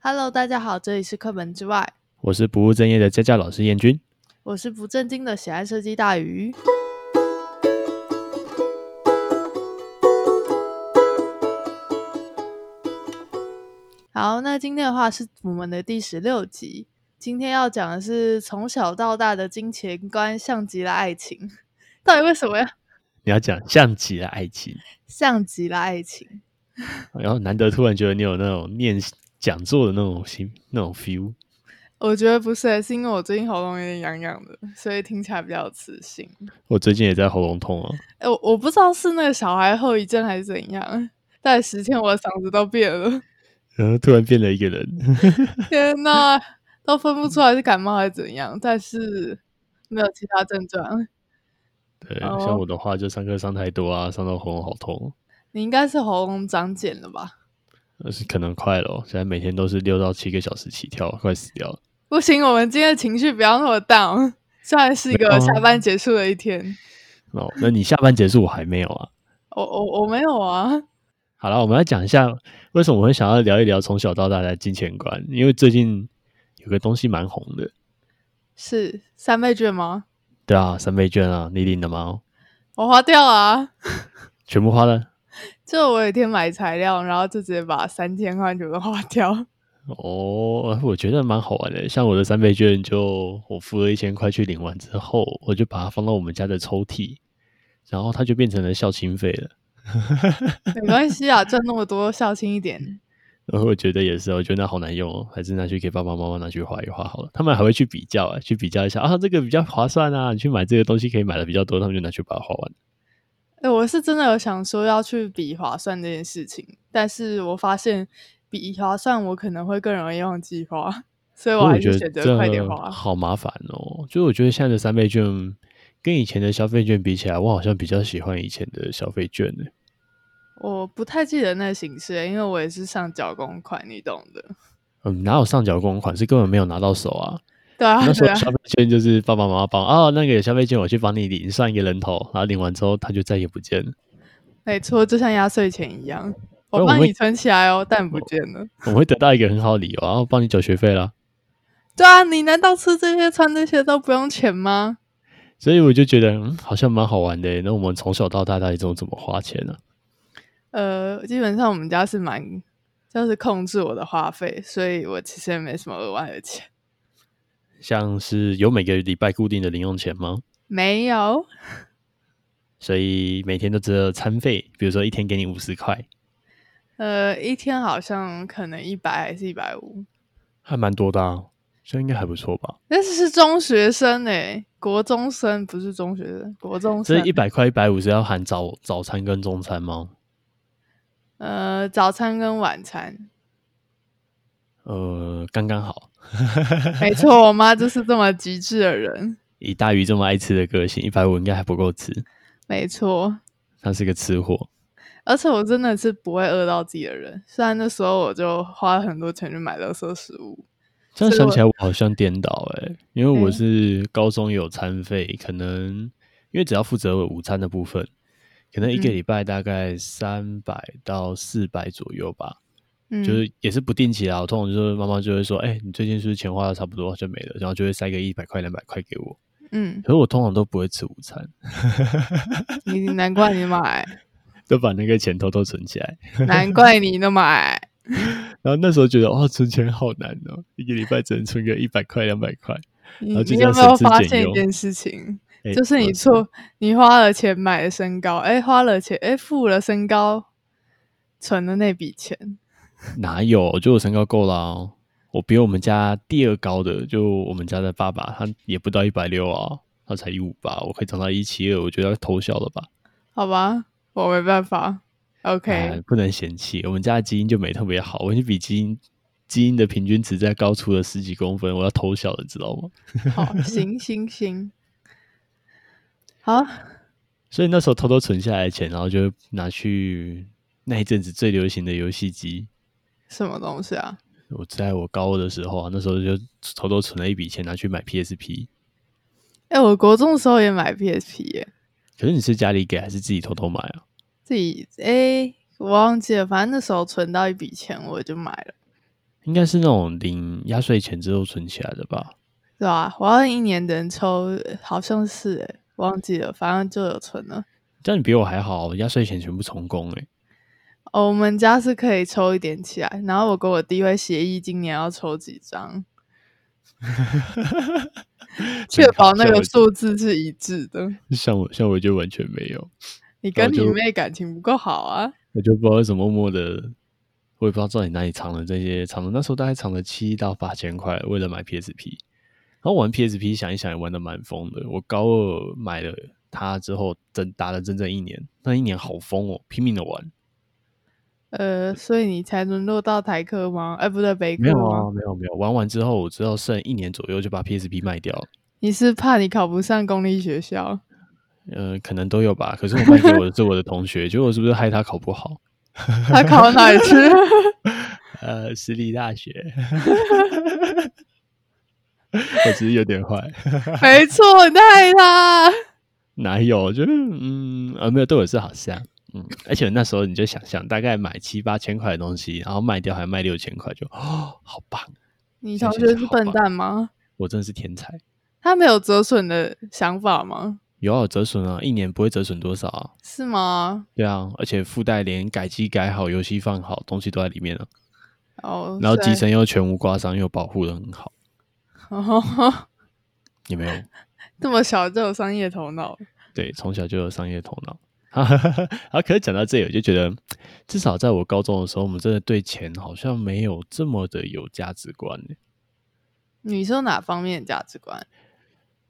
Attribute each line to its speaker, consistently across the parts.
Speaker 1: Hello，大家好，这里是课本之外，
Speaker 2: 我是不务正业的家教老师燕君。
Speaker 1: 我是不正经的喜爱设计大鱼。好，那今天的话是我们的第十六集，今天要讲的是从小到大的金钱观像极了爱情， 到底为什 么要
Speaker 2: 你要讲像极了爱情，
Speaker 1: 像极了爱情？
Speaker 2: 然后难得突然觉得你有那种念讲座的那种心那种 feel。
Speaker 1: 我觉得不是，是因为我最近喉咙有点痒痒的，所以听起来比较有磁性。
Speaker 2: 我最近也在喉咙痛啊，
Speaker 1: 哎、我我不知道是那个小孩后遗症还是怎样，但十天我的嗓子都变了，
Speaker 2: 然后突然变了一个人。
Speaker 1: 天呐，都分不出来是感冒还是怎样，但是没有其他症状。
Speaker 2: 对，
Speaker 1: 哦
Speaker 2: 像我的话就上课上太多啊，上到喉咙好痛，
Speaker 1: 你应该是喉咙长茧了吧？
Speaker 2: 呃是可能快了哦、现在每天都是六到七个小时起跳，快死掉了。
Speaker 1: 不行，我们今天的情绪不要那么 down。虽然是一个
Speaker 2: 哦
Speaker 1: 下班结束的一天，
Speaker 2: 哦，那你下班结束我还没有啊？
Speaker 1: 我我我没有啊，
Speaker 2: 好了，我们来讲一下为什么我会想要聊一聊从小到大的金钱观，因为最近有个东西蛮红的，
Speaker 1: 是三倍券吗？
Speaker 2: 对啊，三倍券啊，你领了吗？
Speaker 1: 我花掉了啊。
Speaker 2: 全部花了。
Speaker 1: 就我有一天买材料，然后就直接把三千块全部都花掉。
Speaker 2: 哦，我觉得蛮好玩的。像我的三倍券就，我付了一千块去领完之后，我就把它放到我们家的抽屉，然后它就变成了孝亲费了。
Speaker 1: 没关系啊，赚那么多，孝心一点。
Speaker 2: 然后我觉得也是，我觉得那好难用哦，还是拿去给爸爸妈妈拿去花一花好了。他们还会去比较、啊，去比较一下啊，这个比较划算啊，你去买这个东西可以买的比较多，他们就拿去把它花完。
Speaker 1: 哎、我是真的有想说要去比划算这件事情，但是我发现比划算我可能会更容易忘记花，所以我
Speaker 2: 所以
Speaker 1: 啊还
Speaker 2: 觉
Speaker 1: 是
Speaker 2: 得
Speaker 1: 选择
Speaker 2: 这
Speaker 1: 快点花。啊
Speaker 2: 好麻烦哦。就是我觉得现在的三倍券跟以前的消费券比起来，我好像比较喜欢以前的消费券呢。
Speaker 1: 我不太记得那个形式，欸因为我也是上缴公款，你懂的。
Speaker 2: 嗯，哪有上缴公款是根本没有拿到手啊？
Speaker 1: 对啊，
Speaker 2: 那时
Speaker 1: 对
Speaker 2: 候
Speaker 1: 啊，
Speaker 2: 消费券就是爸爸妈妈帮哦，那个有消费券我去帮你领算一个人头，然后领完之后他就再也不见了。
Speaker 1: 没错，就像压岁钱一样，
Speaker 2: 所
Speaker 1: 我
Speaker 2: 以哎我
Speaker 1: 帮
Speaker 2: 会
Speaker 1: 你存起来哦，但不见了。
Speaker 2: 我们会得到一个很好的理由，然后帮你缴学费啦。
Speaker 1: 对啊，你难道吃这些、穿这些都不用钱吗？
Speaker 2: 所以我就觉得，嗯，好像蛮好玩的欸耶。那我们从小到大到底怎么怎么花钱啊呢、
Speaker 1: 呃，基本上我们家是蛮就是控制我的花费，所以我其实也没什么额外的钱，
Speaker 2: 像是有每个礼拜固定的零用钱吗？
Speaker 1: 没有。
Speaker 2: 所以每天都只有餐费，比如说一天给你五十块，
Speaker 1: 呃，一天好像可能一百还是一百五，
Speaker 2: 还蛮多的、啊，所以应该还不错吧。
Speaker 1: 但是是中学生诶、国中生不是中学生，国中
Speaker 2: 这
Speaker 1: 生
Speaker 2: 一百块一百五十要含早早餐跟中餐吗？
Speaker 1: 呃早餐跟晚餐，
Speaker 2: 呃，刚刚好。
Speaker 1: 没错，我妈就是这么极致的人，
Speaker 2: 以大鱼这么爱吃的个性，一百五应该还不够吃。
Speaker 1: 没错，
Speaker 2: 他是个吃货，
Speaker 1: 而且我真的是不会饿到自己的人，虽然那时候我就花了很多钱去买垃圾食物，
Speaker 2: 这样
Speaker 1: 所以
Speaker 2: 想
Speaker 1: 我
Speaker 2: 起来我好像颠倒哎、因为我
Speaker 1: 嗯
Speaker 2: 是高中有餐费，可能因为只要负责午餐的部分，可能一个
Speaker 1: 嗯
Speaker 2: 礼拜大概三百到四百左右吧，
Speaker 1: 嗯，
Speaker 2: 就是也是不定期啊。我通常就是妈妈就会说，哎、你最近是不是钱花的差不多就没了，然后就会塞个一百块两百块给我，
Speaker 1: 嗯，
Speaker 2: 可是我通常都不会吃午餐，
Speaker 1: 你难怪你买，
Speaker 2: 都把那个钱偷偷存起来。
Speaker 1: 难怪你那么矮，
Speaker 2: 然后那时候觉得哦，存钱好难哦，一个礼拜只能存个一百块两百块。
Speaker 1: 你
Speaker 2: 后就
Speaker 1: 你
Speaker 2: 这
Speaker 1: 有
Speaker 2: 样
Speaker 1: 没有
Speaker 2: 省吃
Speaker 1: 发
Speaker 2: 俭
Speaker 1: 现一
Speaker 2: 用
Speaker 1: 件事情？
Speaker 2: 哎
Speaker 1: 就是你
Speaker 2: 我
Speaker 1: 错，你花了钱买了身高，哎、花了钱，哎、付了身高存的那笔钱，
Speaker 2: 哪有？我觉得我身高够啦、哦我比我们家第二高的，就我们家的爸爸，他也不到一百六啊，他才一五八，我可以长到一七二，我觉得要偷笑了吧
Speaker 1: 好吧，我没办法。OK，、
Speaker 2: 哎不能嫌弃，我们家的基因就没特别好，我已经比基因基因的平均值再高出了十几公分，我要偷笑了，知道吗？
Speaker 1: 好，行行行，好，
Speaker 2: 所以那时候偷偷存下来的钱，然后就拿去那一阵子最流行的游戏机。
Speaker 1: 什么东西啊？
Speaker 2: 我在我高二的时候啊，那时候就偷偷存了一笔钱拿去买 PSP。
Speaker 1: 哎、我国中的时候也买 PSP 耶、
Speaker 2: 可是你是家里给还是自己偷偷买啊？
Speaker 1: 自己哎、我忘记了，反正那时候存到一笔钱我就买了。
Speaker 2: 应该是那种领压岁钱之后存起来的吧？
Speaker 1: 对吧？我要一年的人抽，好像是诶、忘记了，反正就有存了。
Speaker 2: 但你比我还好，压岁钱全部充公欸诶、
Speaker 1: 哦，我们家是可以抽一点起来，然后我跟我弟会协议今年要抽几张， 确保那个数字是一致的。
Speaker 2: 像我像我就完全没有，
Speaker 1: 你跟你
Speaker 2: 就
Speaker 1: 妹感情不够好啊？
Speaker 2: 我就不知道为什么默默的，我也不知道到底哪里藏了这些，藏了那时候大概藏了七到八千块，为了买 PSP。然后玩 PSP 想一想也玩的蛮疯的，我高二买了它之后，整打了整整一年，那一年好疯哦，拼命的玩。
Speaker 1: 呃，所以你才沦落到台科吗？哎、不对，北科
Speaker 2: 没有
Speaker 1: 吗？
Speaker 2: 啊，没有没有，玩完之后我知道剩一年左右就把 PSP 卖掉了，
Speaker 1: 你是怕你考不上公立学校？
Speaker 2: 呃，可能都有吧。可是我卖给我的是我的同 学，结果是不是害他考不好？
Speaker 1: 他考到哪里去？
Speaker 2: 呃，私立大学， 我只是有点坏，
Speaker 1: 没错，你害他。
Speaker 2: 哪有？就是嗯啊，没有，对我是好像嗯，而且那时候你就想象，大概买七八千块的东西，然后卖掉还卖六千块，就哦，好棒！
Speaker 1: 你
Speaker 2: 想
Speaker 1: 同
Speaker 2: 想
Speaker 1: 学
Speaker 2: 就是好
Speaker 1: 笨
Speaker 2: 吧
Speaker 1: 蛋吗？
Speaker 2: 我真的是天才，
Speaker 1: 他没有折损的想法吗？
Speaker 2: 有啊有折损啊，一年不会折损多少啊？
Speaker 1: 是吗？
Speaker 2: 对啊，而且附带连改机改好、游戏放好，东西都在里面了、
Speaker 1: 哦，
Speaker 2: 然后机
Speaker 1: 虽
Speaker 2: 身又全无刮伤，又保护的很好，
Speaker 1: 然，哦，
Speaker 2: 有没有？
Speaker 1: 这么小就有商业头脑了，
Speaker 2: 对，从小就有商业头脑。 啊，可是讲到这里，我就觉得，至少在我高中的时候，我们真的对钱好像没有这么的有价值观欸耶，
Speaker 1: 你是有哪方面的价值观？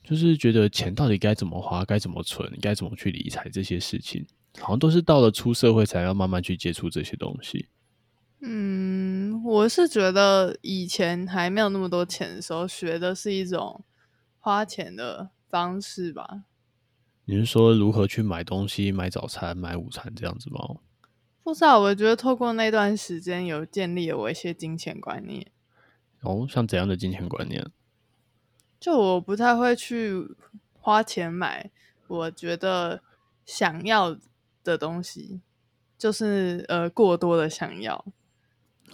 Speaker 2: 就是觉得钱到底该怎么花、该怎么存、该怎么去理财这些事情，好像都是到了出社会才要慢慢去接触这些东西。
Speaker 1: 嗯，我是觉得以前还没有那么多钱的时候，学的是一种花钱的方式吧。
Speaker 2: 你是说如何去买东西、买早餐、买午餐这样子吗？
Speaker 1: 不知道，我觉得透过那段时间，有建立了我一些金钱观念。
Speaker 2: 哦，像怎样的金钱观念？
Speaker 1: 就我不太会去花钱买我觉得想要的东西，就是呃过多的想要，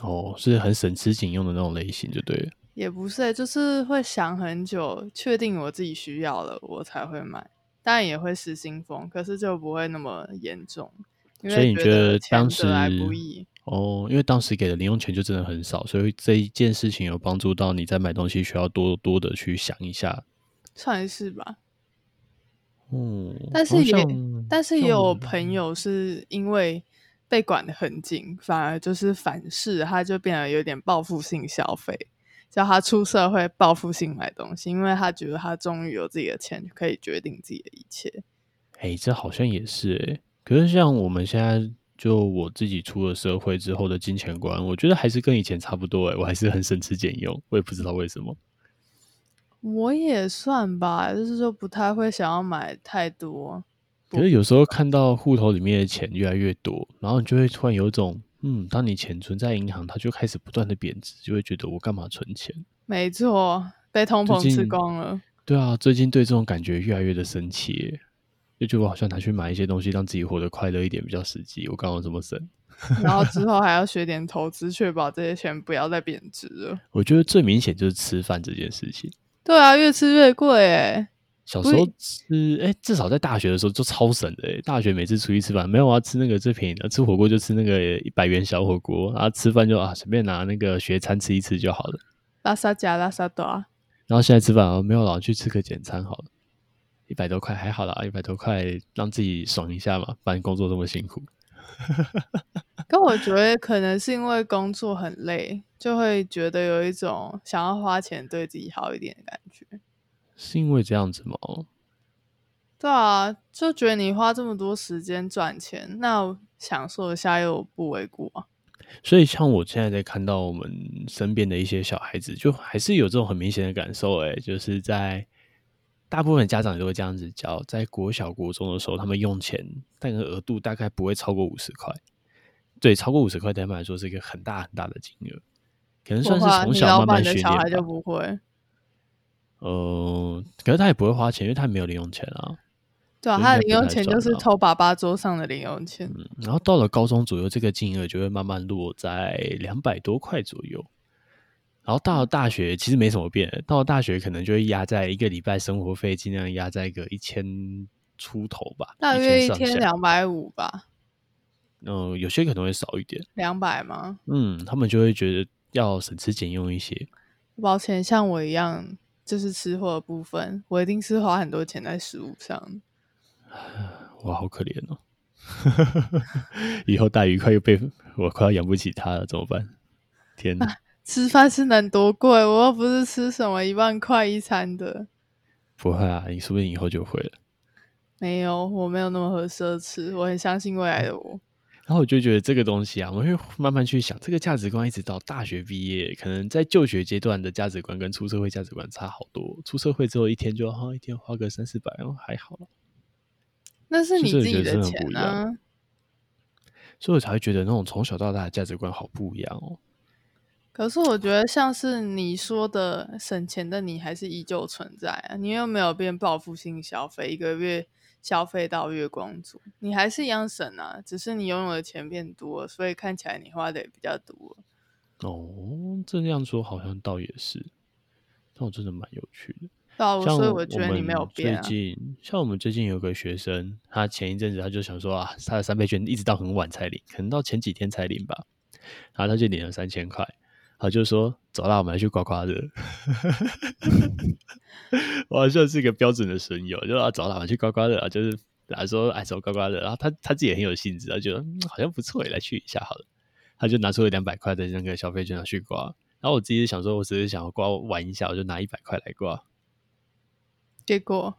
Speaker 2: 哦，是很省吃俭用的那种类型，就对了。
Speaker 1: 也不是欸、就是会想很久，确定我自己需要了，我才会买。当然也会失心疯，可是就不会那么严重，因
Speaker 2: 所以
Speaker 1: 为
Speaker 2: 你觉
Speaker 1: 得
Speaker 2: 得
Speaker 1: 钱
Speaker 2: 当
Speaker 1: 得来
Speaker 2: 时
Speaker 1: 不易。
Speaker 2: 哦，因为当时给的零用钱就真的很少，所以这一件事情有帮助到你在买东西需要多多的去想一下。
Speaker 1: 算是吧。
Speaker 2: 嗯，
Speaker 1: 但是
Speaker 2: 哦
Speaker 1: 也
Speaker 2: 像
Speaker 1: 但是也
Speaker 2: 像
Speaker 1: 有
Speaker 2: 我
Speaker 1: 朋友是因为被管得很紧，反而就是反噬，他就变得有点报复性消费，叫他出社会报复性买东西，因为他觉得他终于有自己的钱，可以决定自己的一切。
Speaker 2: 哎、这好像也是哎、可是像我们现在，就我自己出了社会之后的金钱观，我觉得还是跟以前差不多哎、我还是很省吃俭用，我也不知道为什么。
Speaker 1: 我也算吧，就是说不太会想要买太多。
Speaker 2: 可是有时候看到户头里面的钱越来越多，然后你就会突然有一种，嗯，当你钱存在银行，它就开始不断的贬值，就会觉得我干嘛存钱？
Speaker 1: 没错，被通
Speaker 2: 最
Speaker 1: 膨吃
Speaker 2: 近
Speaker 1: 光 了。
Speaker 2: 对啊，最近对这种感觉越来越的生气耶，就觉得我好像拿去买一些东西，让自己活得快乐一点比较实际。我刚刚怎么省？
Speaker 1: 然后之后还要学点投资，确保这些钱不要再贬值了。
Speaker 2: 我觉得最明显就是吃饭这件事情。
Speaker 1: 对啊，越吃越贵欸诶、
Speaker 2: 小
Speaker 1: 不
Speaker 2: 时候
Speaker 1: 是
Speaker 2: 吃，哎、至少在大学的时候就超省的、欸。大学每次出去吃饭，没有啊，吃那个最便宜的，吃火锅就吃那个一百元小火锅，然后吃饭就啊随便拿那个学餐吃一吃就好了。
Speaker 1: 拉萨加拉萨多啊。
Speaker 2: 然后现在吃饭啊，没有了，去吃个简餐好了，一百多块还好啦，一百多块让自己爽一下嘛，反正工作这么辛苦。
Speaker 1: 跟我觉得可能是因为工作很累，就会觉得有一种想要花钱对自己好一点的感觉。
Speaker 2: 是因为这样子吗？
Speaker 1: 对啊，就觉得你花这么多时间赚钱，那享受一下又不为过啊。
Speaker 2: 所以像我现在在看到我们身边的一些小孩子，就还是有这种很明显的感受、欸，就是在大部分家长都会这样子教，在国小国中的时候，他们用钱但个额度大概不会超过五十块，对，超过五十块对他们来说是一个很大很大的金额，可能
Speaker 1: 不
Speaker 2: 算是
Speaker 1: 会啊
Speaker 2: 从
Speaker 1: 你
Speaker 2: 小
Speaker 1: 老
Speaker 2: 慢
Speaker 1: 板
Speaker 2: 慢
Speaker 1: 的
Speaker 2: 训
Speaker 1: 小
Speaker 2: 练
Speaker 1: 孩就
Speaker 2: 吧。
Speaker 1: 不会。
Speaker 2: 呃，可是他也不会花钱，因为他没有零用钱啊。
Speaker 1: 对啊，
Speaker 2: 所以
Speaker 1: 他的零
Speaker 2: 应该不
Speaker 1: 用
Speaker 2: 太
Speaker 1: 钱
Speaker 2: 算
Speaker 1: 就是
Speaker 2: 吧
Speaker 1: 偷爸爸桌上的零用钱。
Speaker 2: 嗯，然后到了高中左右，这个金额就会慢慢落在两百多块左右。然后到了大学其实没什么变，到了大学可能就会压在一个礼拜生活费，尽量压在个一千出头吧，
Speaker 1: 大约一
Speaker 2: 上
Speaker 1: 天
Speaker 2: 下
Speaker 1: 两百五吧，
Speaker 2: 嗯、有些可能会少一点，
Speaker 1: 两百吗？
Speaker 2: 嗯，他们就会觉得要省吃俭用一些，
Speaker 1: 抱歉，像我一样，就是吃货的部分，我一定是花很多钱在食物上。
Speaker 2: 哇，好可怜哦！ 以后大鱼快又被我快要养不起它了，怎么办？天
Speaker 1: 啊
Speaker 2: 哪！
Speaker 1: 吃饭是能多贵？我又不是吃什么一万块一餐的，
Speaker 2: 不会啊，你说不定以后就会了。
Speaker 1: 没有，我没有那么和奢侈。我很相信未来的我。
Speaker 2: 然后我就觉得这个东西啊，我会慢慢去想，这个价值观一直到大学毕业，可能在就学阶段的价值观跟出社会价值观差好多。出社会之后一天就啊哈、一天花个三四百，哦，还好了。
Speaker 1: 那是你
Speaker 2: 是
Speaker 1: 自
Speaker 2: 这
Speaker 1: 己
Speaker 2: 个觉得
Speaker 1: 的
Speaker 2: 真的不一
Speaker 1: 钱啊！
Speaker 2: 所以我才会觉得那种从小到大的价值观好不一样哦。
Speaker 1: 可是我觉得像是你说的省钱的你还是依旧存在啊，你又没有变报复性消费，一个月消费到月光族，你还是一样省啊，只是你拥有的钱变多了，所以看起来你花的也比较多。
Speaker 2: 哦，这样说好像倒也是，但我真的蛮有趣的。
Speaker 1: 对啊，我
Speaker 2: 像
Speaker 1: 所以
Speaker 2: 我
Speaker 1: 我觉得你没有
Speaker 2: 们
Speaker 1: 变、啊
Speaker 2: 最。近像我们最近有个学生，他前一阵子他就想说啊，他的三倍券一直到很晚才领，可能到前几天才领吧，然后他就领了三千块，他就说走啦，我们来去刮刮乐。 我好像是一个标准的损友，就啊走啦，我们去刮刮乐啊，就是他说哎走刮刮乐，然后他他自己也很有兴致，他觉得、嗯、好像不错耶，来去一下好了，他就拿出了两百块的那个消费券要去刮。然后我自己想说，我只是想要刮玩一下，我就拿一百块来刮。
Speaker 1: 结果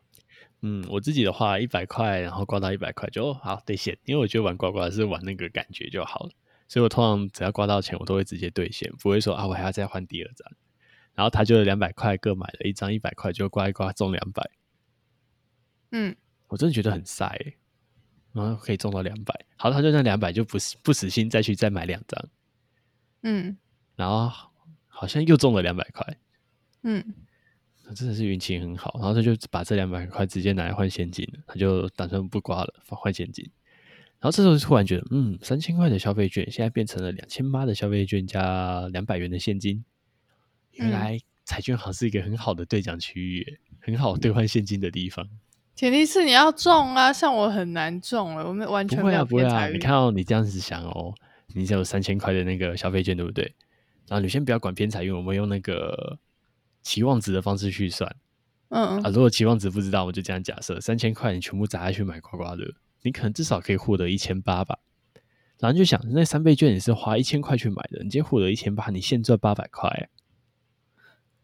Speaker 2: 嗯，我自己的话，一百块，然后刮到一百块就哦好兑现，因为我觉得玩刮刮是玩那个感觉就好了，所以我通常只要刮到钱，我都会直接兑现，不会说啊我还要再换第二张。然后他就两百块各买了一张一百块，就刮一刮中两百，
Speaker 1: 嗯，
Speaker 2: 我真的觉得很晒、欸，然后可以中到两百，好，他就那两百就不死不死心再去再买两张，
Speaker 1: 嗯
Speaker 2: 然后好像又中了两百块，
Speaker 1: 嗯，
Speaker 2: 真的是运气很好，然后他就把这两百块直接拿来换现金了，他就打算不刮了，换换现金。然后这时候突然觉得，嗯，三千块的消费券现在变成了两千八的消费券加两百元的现金，
Speaker 1: 嗯
Speaker 2: 原来彩券行是一个很好的兑奖区域耶，很好兑换现金的地方。
Speaker 1: 前提是你要中啊，像我很难中了、我们完
Speaker 2: 不
Speaker 1: 全
Speaker 2: 会
Speaker 1: 没
Speaker 2: 啊，
Speaker 1: 有
Speaker 2: 不会
Speaker 1: 偏
Speaker 2: 啊！
Speaker 1: 财
Speaker 2: 你
Speaker 1: 运。
Speaker 2: 看到、你这样子想哦，你只有三千块的那个消费券，对不对？然后你先不要管偏财运，我们用那个期望值的方式去算。
Speaker 1: 嗯
Speaker 2: 啊，
Speaker 1: 嗯，
Speaker 2: 如果期望值不知道，我就这样假设，三千块你全部砸下去买刮刮乐，你可能至少可以获得一千八吧。然后你就想，那三倍券你是花一千块去买的，你今天获得一千八，你现赚八百块欸，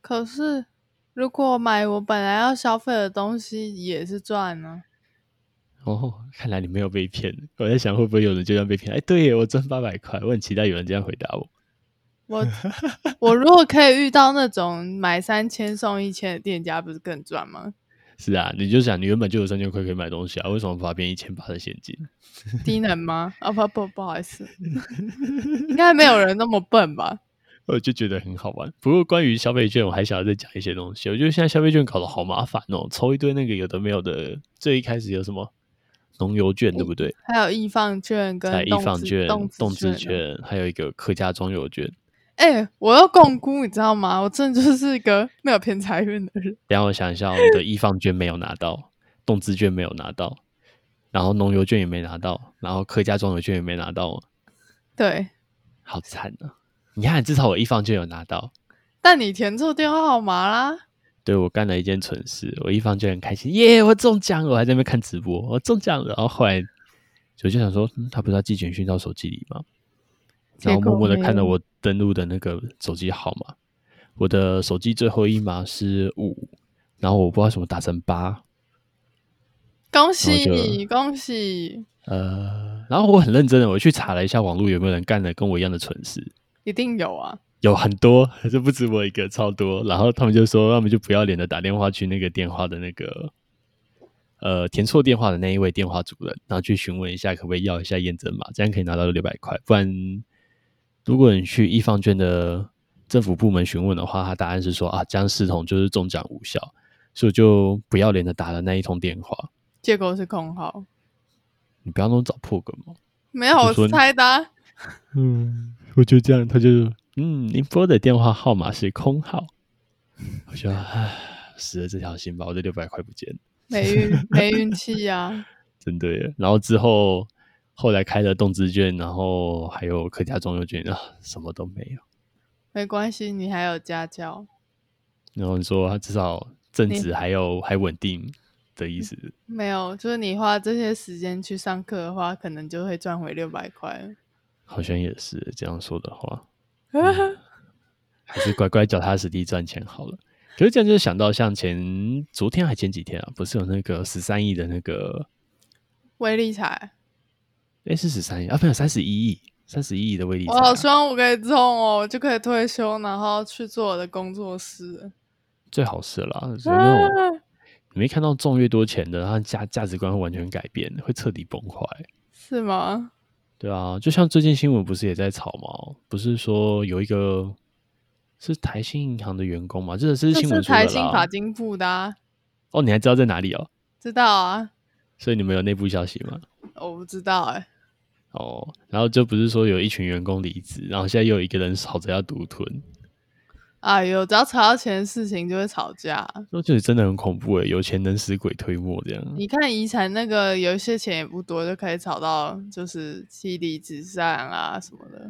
Speaker 1: 可是如果买我本来要消费的东西也是赚啊呢、
Speaker 2: 哦，看来你没有被骗。我在想，会不会有人就这样被骗？哎，对耶，我赚八百块，我很期待有人这样回答我。
Speaker 1: 我我如果可以遇到那种买三千送一千的店家，不是更赚吗？
Speaker 2: 是啊，你就想，你原本就有三千块可以买东西啊，为什么把它变一千八的现金？
Speaker 1: 低能吗？啊不不不好意思，应该没有人那么笨吧？
Speaker 2: 我呃就觉得很好玩。不过关于消费券，我还想要再讲一些东西。我觉得现在消费券搞得好麻烦哦，抽一堆那个有的没有的。最一开始有什么农油券，对不对？
Speaker 1: 还有易放券
Speaker 2: 在
Speaker 1: 跟
Speaker 2: 易
Speaker 1: 动
Speaker 2: 放
Speaker 1: 资
Speaker 2: 券、
Speaker 1: 动
Speaker 2: 动
Speaker 1: 资
Speaker 2: 资
Speaker 1: 券啊。
Speaker 2: 券，还有一个客家中油券。
Speaker 1: 哎、我要共估，你知道吗？我真的就是一个没有偏财运的人。
Speaker 2: 等一下我想一下哦，我的易放券没有拿到，动资券没有拿到，然后农油券也没拿到，然后客家中油券也没拿到，
Speaker 1: 对，
Speaker 2: 好惨啊！你看，至少我易放券有拿到。
Speaker 1: 但你填错电话号码啦。
Speaker 2: 对我干了一件蠢事，我一方就很开心，耶！我中奖了，我还在那边看直播，我中奖了。然后后来我就想说，嗯、他不是要寄简讯到手机里吗？然后
Speaker 1: 结果
Speaker 2: 默默的
Speaker 1: 没
Speaker 2: 看到
Speaker 1: 有
Speaker 2: 我登录的那个手机号码，我的手机最后一码是五，然后我不知道为什么打成八，
Speaker 1: 恭
Speaker 2: 然后
Speaker 1: 喜
Speaker 2: 就
Speaker 1: 恭喜，
Speaker 2: 呃，然后我很认真的我去查了一下网络有没有人干了跟我一样的蠢事，
Speaker 1: 一定有啊！
Speaker 2: 有很多， 还是不止我一个，超多。然后他们就说，他们就不要脸的打电话去那个电话的那个，呃，填错电话的那一位电话主人，然后去询问一下可不可以要一下验证码，这样可以拿到六百块。不然，如果你去易放券的政府部门询问的话，他答案是说啊，这样视同就是中奖无效，所以我就不要脸的打了那一通电话。
Speaker 1: 结果是空号，
Speaker 2: 你不要那么早破梗嘛。哦
Speaker 1: 没有
Speaker 2: 就说
Speaker 1: 我猜的啊、
Speaker 2: 嗯，我就这样，他就嗯，您拨的电话号码是空号。 我就唉，死了这条心吧，我这六百块不见了，
Speaker 1: 没运没运气啊呀。
Speaker 2: 真的耶。然后之后后来开了动资券，然后还有客家中油券啊，什么都没有。
Speaker 1: 没关系，你还有家教。
Speaker 2: 然后你说他至少正
Speaker 1: 你
Speaker 2: 职还有还稳定的意思，
Speaker 1: 没有，就是你花这些时间去上课的话，可能就会赚回六百块了。
Speaker 2: 好像也是这样说的话，还是乖乖脚踏实地赚钱好了。可是这样就是想到像前昨天还前几天啊，不是有那个十三亿的那个，
Speaker 1: 微利财，
Speaker 2: 哎是十三亿啊，没有三十一亿，三十一亿的威力
Speaker 1: 我
Speaker 2: 彩啊、
Speaker 1: 好希望我可以中哦，我就可以退休，然后去做我的工作室。
Speaker 2: 最好是啦，
Speaker 1: 啊
Speaker 2: 有那种你没看到中越多钱的，他价价值观会完全改变，会彻底崩坏。
Speaker 1: 是吗？
Speaker 2: 对啊，就像最近新闻不是也在炒吗？不是说有一个是台新银行的员工嘛？这个是
Speaker 1: 这
Speaker 2: 新闻
Speaker 1: 是
Speaker 2: 出的
Speaker 1: 财新法
Speaker 2: 啦。
Speaker 1: 金部的、啊，
Speaker 2: 哦，你还知道在哪里哦？
Speaker 1: 知道啊？
Speaker 2: 所以你们有内部消息吗？
Speaker 1: 我不知道哎、
Speaker 2: 哦，然后就不是说有一群员工离职，然后现在又有一个人吵着要独吞，
Speaker 1: 哎呦，只要吵到钱的事情就会吵架。
Speaker 2: 那就是真的很恐怖诶，欸有钱能使鬼推磨这样。
Speaker 1: 你看遗产那个，有一些钱也不多，就可以吵到就是妻离子散啊什么的。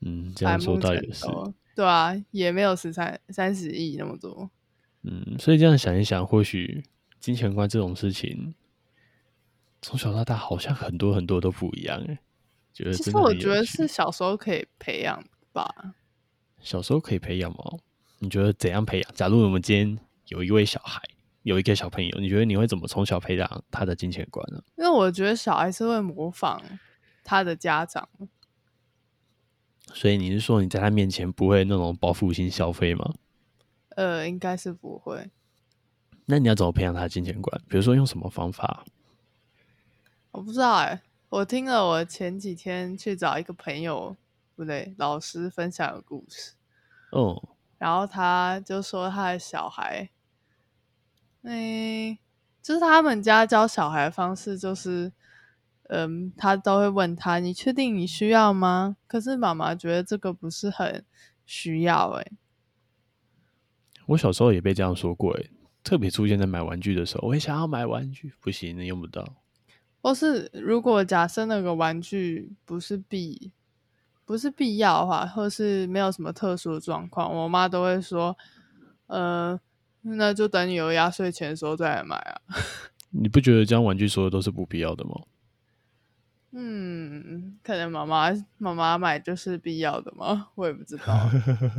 Speaker 2: 嗯，这样
Speaker 1: 百
Speaker 2: 说
Speaker 1: 目
Speaker 2: 倒
Speaker 1: 成
Speaker 2: 也是。
Speaker 1: 仇对啊，也没有十三三十亿那么多。
Speaker 2: 嗯，所以这样想一想，或许金钱观这种事情，从小到大好像很多很多都不一样哎。觉得
Speaker 1: 其
Speaker 2: 真
Speaker 1: 实
Speaker 2: 的
Speaker 1: 我
Speaker 2: 很有
Speaker 1: 觉得
Speaker 2: 趣
Speaker 1: 是小时候可以培养的吧。
Speaker 2: 小时候可以培养吗？你觉得怎样培养？假如我们今天有一位小孩，有一个小朋友，你觉得你会怎么从小培养他的金钱观呢？
Speaker 1: 因为我觉得小孩是会模仿他的家长，
Speaker 2: 所以你是说你在他面前不会那种报复性消费吗？
Speaker 1: 呃，应该是不会。
Speaker 2: 那你要怎么培养他的金钱观？比如说用什么方法？
Speaker 1: 我不知道哎、我听了我前几天去找一个朋友，不对，老师分享的故事，
Speaker 2: 哦，
Speaker 1: 然后他就说他的小孩，诶、就是他们家教小孩的方式就是，嗯，他都会问他，你确定你需要吗？可是妈妈觉得这个不是很需要、欸，
Speaker 2: 我小时候也被这样说过，诶，特别出现在买玩具的时候，我也想要买玩具，不行，你用不到。
Speaker 1: 或是如果假设那个玩具不是必不是必要的话，或是没有什么特殊的状况，我妈都会说，呃，那就等你有压岁钱的时候再来买啊。
Speaker 2: 你不觉得这样玩具所有都是不必要的 吗？
Speaker 1: 嗯，可能妈妈妈妈买就是必要的吗？ 我也不知道。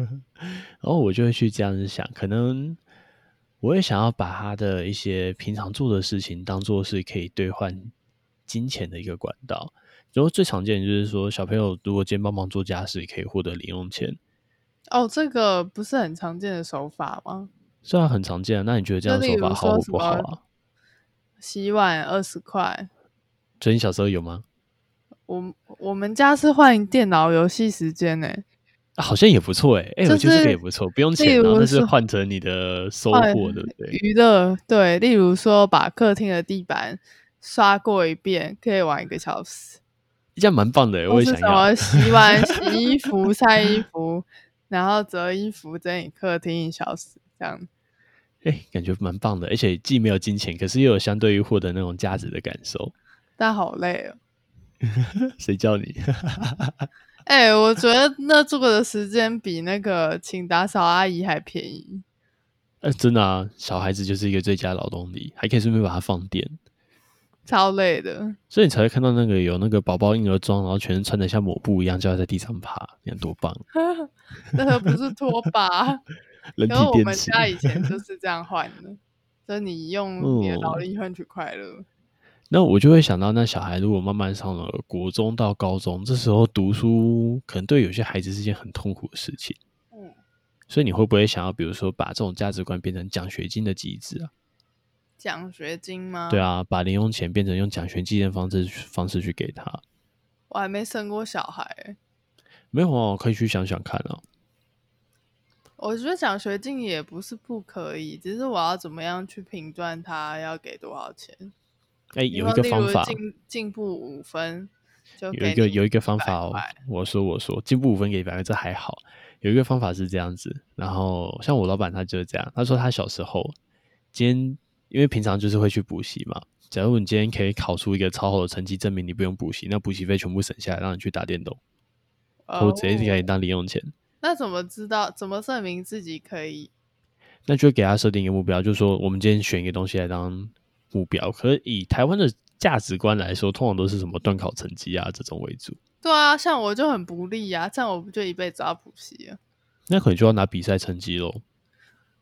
Speaker 2: 然后我就会去这样子想，可能我也想要把他的一些平常做的事情当做是可以兑换金钱的一个管道。然后最常见的就是说，小朋友如果今天帮忙做家事，可以获得零用钱，
Speaker 1: 哦，这个不是很常见的手法吗？
Speaker 2: 虽然很常见啊，那你觉得这样的
Speaker 1: 就例
Speaker 2: 手
Speaker 1: 如
Speaker 2: 法好
Speaker 1: 说
Speaker 2: 或
Speaker 1: 什
Speaker 2: 不好
Speaker 1: 么
Speaker 2: 啊？
Speaker 1: 洗碗二十块，
Speaker 2: 所以你小时候有吗？
Speaker 1: 我我们家是换电脑游戏时间呢、
Speaker 2: 啊好像也不错哎、 欸，哎、
Speaker 1: 就
Speaker 2: 我觉得这
Speaker 1: 是
Speaker 2: 个也不错，不用
Speaker 1: 例
Speaker 2: 钱啊，
Speaker 1: 如
Speaker 2: 但是
Speaker 1: 说
Speaker 2: 换成你的收
Speaker 1: 换
Speaker 2: 获，对不对？
Speaker 1: 娱乐对，例如说把客厅的地板刷过一遍，可以玩一个小时，
Speaker 2: 这样蛮棒的、欸，我
Speaker 1: 或
Speaker 2: 也
Speaker 1: 是
Speaker 2: 想
Speaker 1: 什
Speaker 2: 要
Speaker 1: 么。洗碗、洗衣服、晒衣服，然后折衣服，整理客厅一小时这样。
Speaker 2: 哎、感觉蛮棒的，而且既没有金钱，可是又有相对于获得那种价值的感受。
Speaker 1: 但好累哦。
Speaker 2: 谁叫你？
Speaker 1: 哎、我觉得那这个的时间比那个请打扫阿姨还便宜。
Speaker 2: 呃，真的啊，小孩子就是一个最佳劳动力，还可以顺便把它放电，
Speaker 1: 超累的，
Speaker 2: 所以你才会看到那个有那个宝宝婴儿装，然后全身穿的像抹布一样，叫他在地上爬，你看多棒！
Speaker 1: 那个不是拖把，
Speaker 2: 人体
Speaker 1: 然后我
Speaker 2: 电
Speaker 1: 们
Speaker 2: 池。
Speaker 1: 家以前 就是这样换的，就是你用你的劳
Speaker 2: 嗯
Speaker 1: 力换取快乐。
Speaker 2: 那我就会想到，那小孩如果慢慢上了国中到高中，这时候读书可能对有些孩子是件很痛苦的事情。
Speaker 1: 嗯，
Speaker 2: 所以你会不会想要，比如说把这种价值观变成奖学金的机制啊？
Speaker 1: 奖学金吗？
Speaker 2: 对，啊，把零用钱变成用奖学金的方式方式去给他，
Speaker 1: 我还没生过小孩欸、
Speaker 2: 没有啊，可以去想想看啊。
Speaker 1: 我觉得奖学金也不是不可以，只是我要怎么样去评断他要给多少钱。
Speaker 2: 哎、
Speaker 1: 比
Speaker 2: 有
Speaker 1: 如说
Speaker 2: 一个
Speaker 1: 例
Speaker 2: 方
Speaker 1: 如
Speaker 2: 法，
Speaker 1: 进进步五分，就
Speaker 2: 有
Speaker 1: 给
Speaker 2: 一个
Speaker 1: 你
Speaker 2: 有一个方
Speaker 1: 100
Speaker 2: 法、哦
Speaker 1: 块，
Speaker 2: 我说我说进步五分给一百块，这还好。有一个方法是这样子，然后像我老板他就是这样，他说他小时候今天因为平常就是会去补习嘛，假如你今天可以考出一个超好的成绩，证明你不用补习，那补习费全部省下来，让你去打电动，或
Speaker 1: 哦
Speaker 2: 者直接给你当零用钱。
Speaker 1: 那怎么知道？怎么证明自己可以？
Speaker 2: 那就给他设定一个目标，就是说我们今天选一个东西来当目标。可是以台湾的价值观来说，通常都是什么段考成绩啊这种为主，
Speaker 1: 对啊，像我就很不利啊，这样我不就一辈子要补习了？
Speaker 2: 那可能就要拿比赛成绩喽。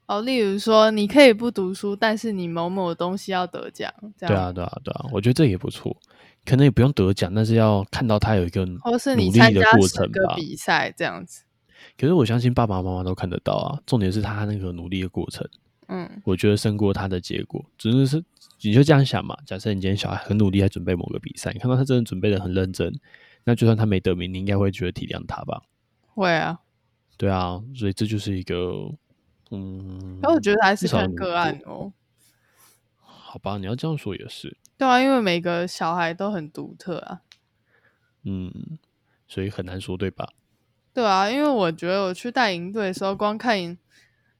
Speaker 1: 哦，例如说，你可以不读书，但是你某某东西要得奖，这
Speaker 2: 对
Speaker 1: 样，
Speaker 2: 啊，对啊，对啊，我觉得这也不错，可能也不用得奖，但是要看到他有一个
Speaker 1: 或是你
Speaker 2: 努力
Speaker 1: 参
Speaker 2: 的
Speaker 1: 加
Speaker 2: 过
Speaker 1: 十
Speaker 2: 程
Speaker 1: 个
Speaker 2: 吧。
Speaker 1: 比赛这样子。
Speaker 2: 可是我相信爸爸妈妈都看得到啊，重点是他那个努力的过程，
Speaker 1: 嗯，
Speaker 2: 我觉得胜过他的结果。只是是你就这样想嘛，假设你今天小孩很努力在准备某个比赛，你看到他真的准备的很认真，那就算他没得名，你应该会觉得体谅他吧？
Speaker 1: 会啊，
Speaker 2: 对啊，所以这就是一个，嗯，
Speaker 1: 可我觉得还是
Speaker 2: 至少
Speaker 1: 看
Speaker 2: 你
Speaker 1: 个案哦。
Speaker 2: 好吧，你要这样说也是，
Speaker 1: 对啊，因为每个小孩都很独特啊。
Speaker 2: 嗯，所以很难说对吧？
Speaker 1: 对啊，因为我觉得我去带营队的时候，光看营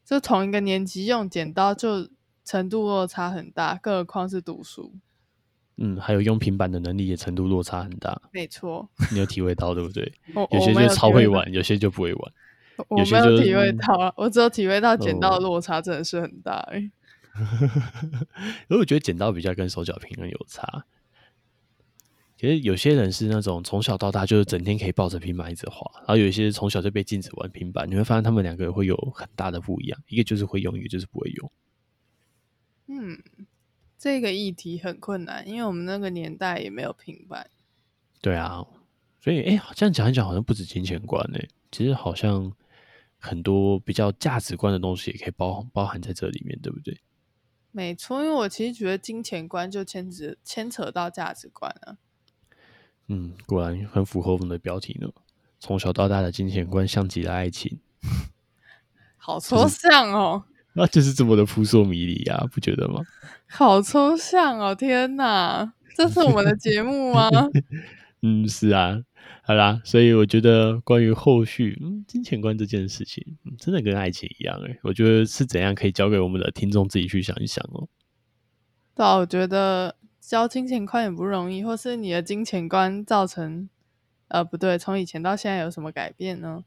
Speaker 1: 就同一个年级用剪刀就程度落差很大，更何况是读书。
Speaker 2: 嗯，还有用平板的能力也程度落差很大，
Speaker 1: 没错，
Speaker 2: 你有体会到对 不对？
Speaker 1: 我
Speaker 2: 有
Speaker 1: 我
Speaker 2: 些
Speaker 1: 没
Speaker 2: 就
Speaker 1: 有
Speaker 2: 超
Speaker 1: 体
Speaker 2: 会
Speaker 1: 到
Speaker 2: 玩，有些就不会玩。
Speaker 1: 我
Speaker 2: 有
Speaker 1: 没
Speaker 2: 些
Speaker 1: 有
Speaker 2: 就
Speaker 1: 体会
Speaker 2: 是
Speaker 1: 到啊，我只有体会到剪刀的
Speaker 2: 嗯
Speaker 1: 落差真的是很大、欸。
Speaker 2: 因为我觉得剪刀比较跟手脚平衡有差。其实有些人是那种从小到大就是整天可以抱着平板一直滑，然后有一些从小就被禁止玩平板，你会发现他们两个会有很大的不一样，一个就是会用，一个就是不会用。
Speaker 1: 嗯，这个议题很困难，因为我们那个年代也没有平板。
Speaker 2: 对啊，所以哎、诶这样讲一讲，好像不止金钱观呢、其实好像很多比较价值观的东西也可以包包含在这里面，对不对？
Speaker 1: 没错，因为我其实觉得金钱观就牵扯牵扯到价值观了。
Speaker 2: 嗯，果然很符合我们的标题呢。从小到大的金钱观像极了爱情，
Speaker 1: 好
Speaker 2: 嗯
Speaker 1: 抽象哦，
Speaker 2: 那啊就是这么的扑朔迷离啊，不觉得吗？
Speaker 1: 好抽象哦！天哪，这是我们的节目吗？
Speaker 2: 嗯，是啊，好啦，所以我觉得关于后续嗯金钱观这件事情，嗯真的跟爱情一样诶、我觉得是怎样可以交给我们的听众自己去想一想哦。
Speaker 1: 对啊，我觉得交金钱观也不容易，或是你的金钱观造成，呃，不对，从以前到现在有什么改变呢？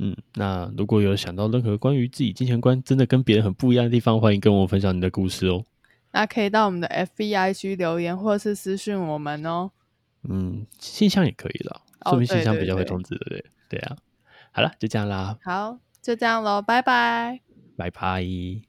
Speaker 2: 嗯，那如果有想到任何关于自己金钱观真的跟别人很不一样的地方，欢迎跟我分享你的故事哦。
Speaker 1: 那可以到我们的 FBIG 留言，或是私讯我们哦。
Speaker 2: 嗯，信箱也可以啦，
Speaker 1: 哦
Speaker 2: 说明
Speaker 1: 对
Speaker 2: 信箱
Speaker 1: 对
Speaker 2: 比较会
Speaker 1: 对
Speaker 2: 通知的，对对啊。好啦，就这样啦，
Speaker 1: 好，就这样喽，拜拜。
Speaker 2: 拜拜。